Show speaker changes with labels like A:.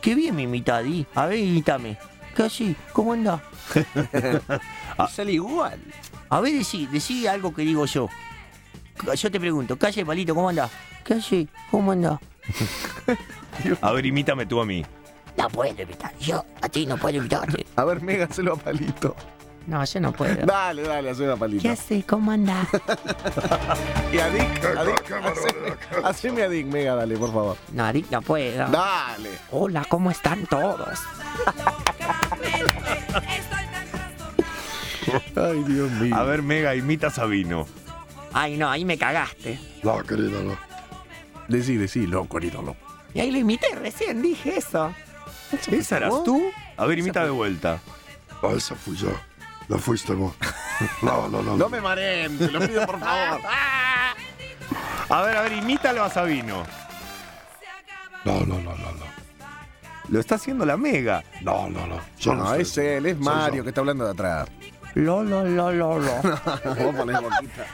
A: qué bien me imitadí. A ver, imítame. ¿Qué así? ¿Cómo anda?
B: Ah. Sale igual.
A: A ver, decí, decí algo que digo yo. Yo te pregunto, calle palito, ¿cómo anda? ¿Qué hace? ¿Cómo anda?
C: A ver, imítame tú a mí.
A: No puedo imitar, yo a ti no puedo imitarte.
B: A ver, Mega, hazlo a palito.
A: No, yo no puedo.
B: Dale, dale, hazlo a palito.
A: ¿Qué hace? ¿Cómo anda?
B: Y a Dick, a Dick, haceme, haceme a Dick, Mega, dale, por favor.
A: No, Dick, no
B: Ah.
A: puedo.
B: Dale.
A: Hola, ¿cómo están todos?
B: Ay, Dios mío.
C: A ver, Mega, imita a Sabino.
A: Ay, no, ahí me cagaste.
B: No, querido, no. Decí, decí, no, querido, no.
A: Y ahí lo imité recién, dije eso.
C: ¿Esa eras tú? A ver, imita de vuelta.
D: Ah, esa fui yo. No fuiste vos. No, no, no.
B: No me mareen, te lo pido, por
A: Ah,
B: favor.
C: A ver, a ver, imítalo a Sabino.
D: No, no, no, no. no.
C: Lo está haciendo la Mega.
D: No, no, no. Yo
B: No,
D: soy
B: es él, es
D: Soy
B: Mario
D: yo.
B: que está hablando de atrás.
A: Lo, lo, lo, lo, lo.
B: Vos ponés boquita.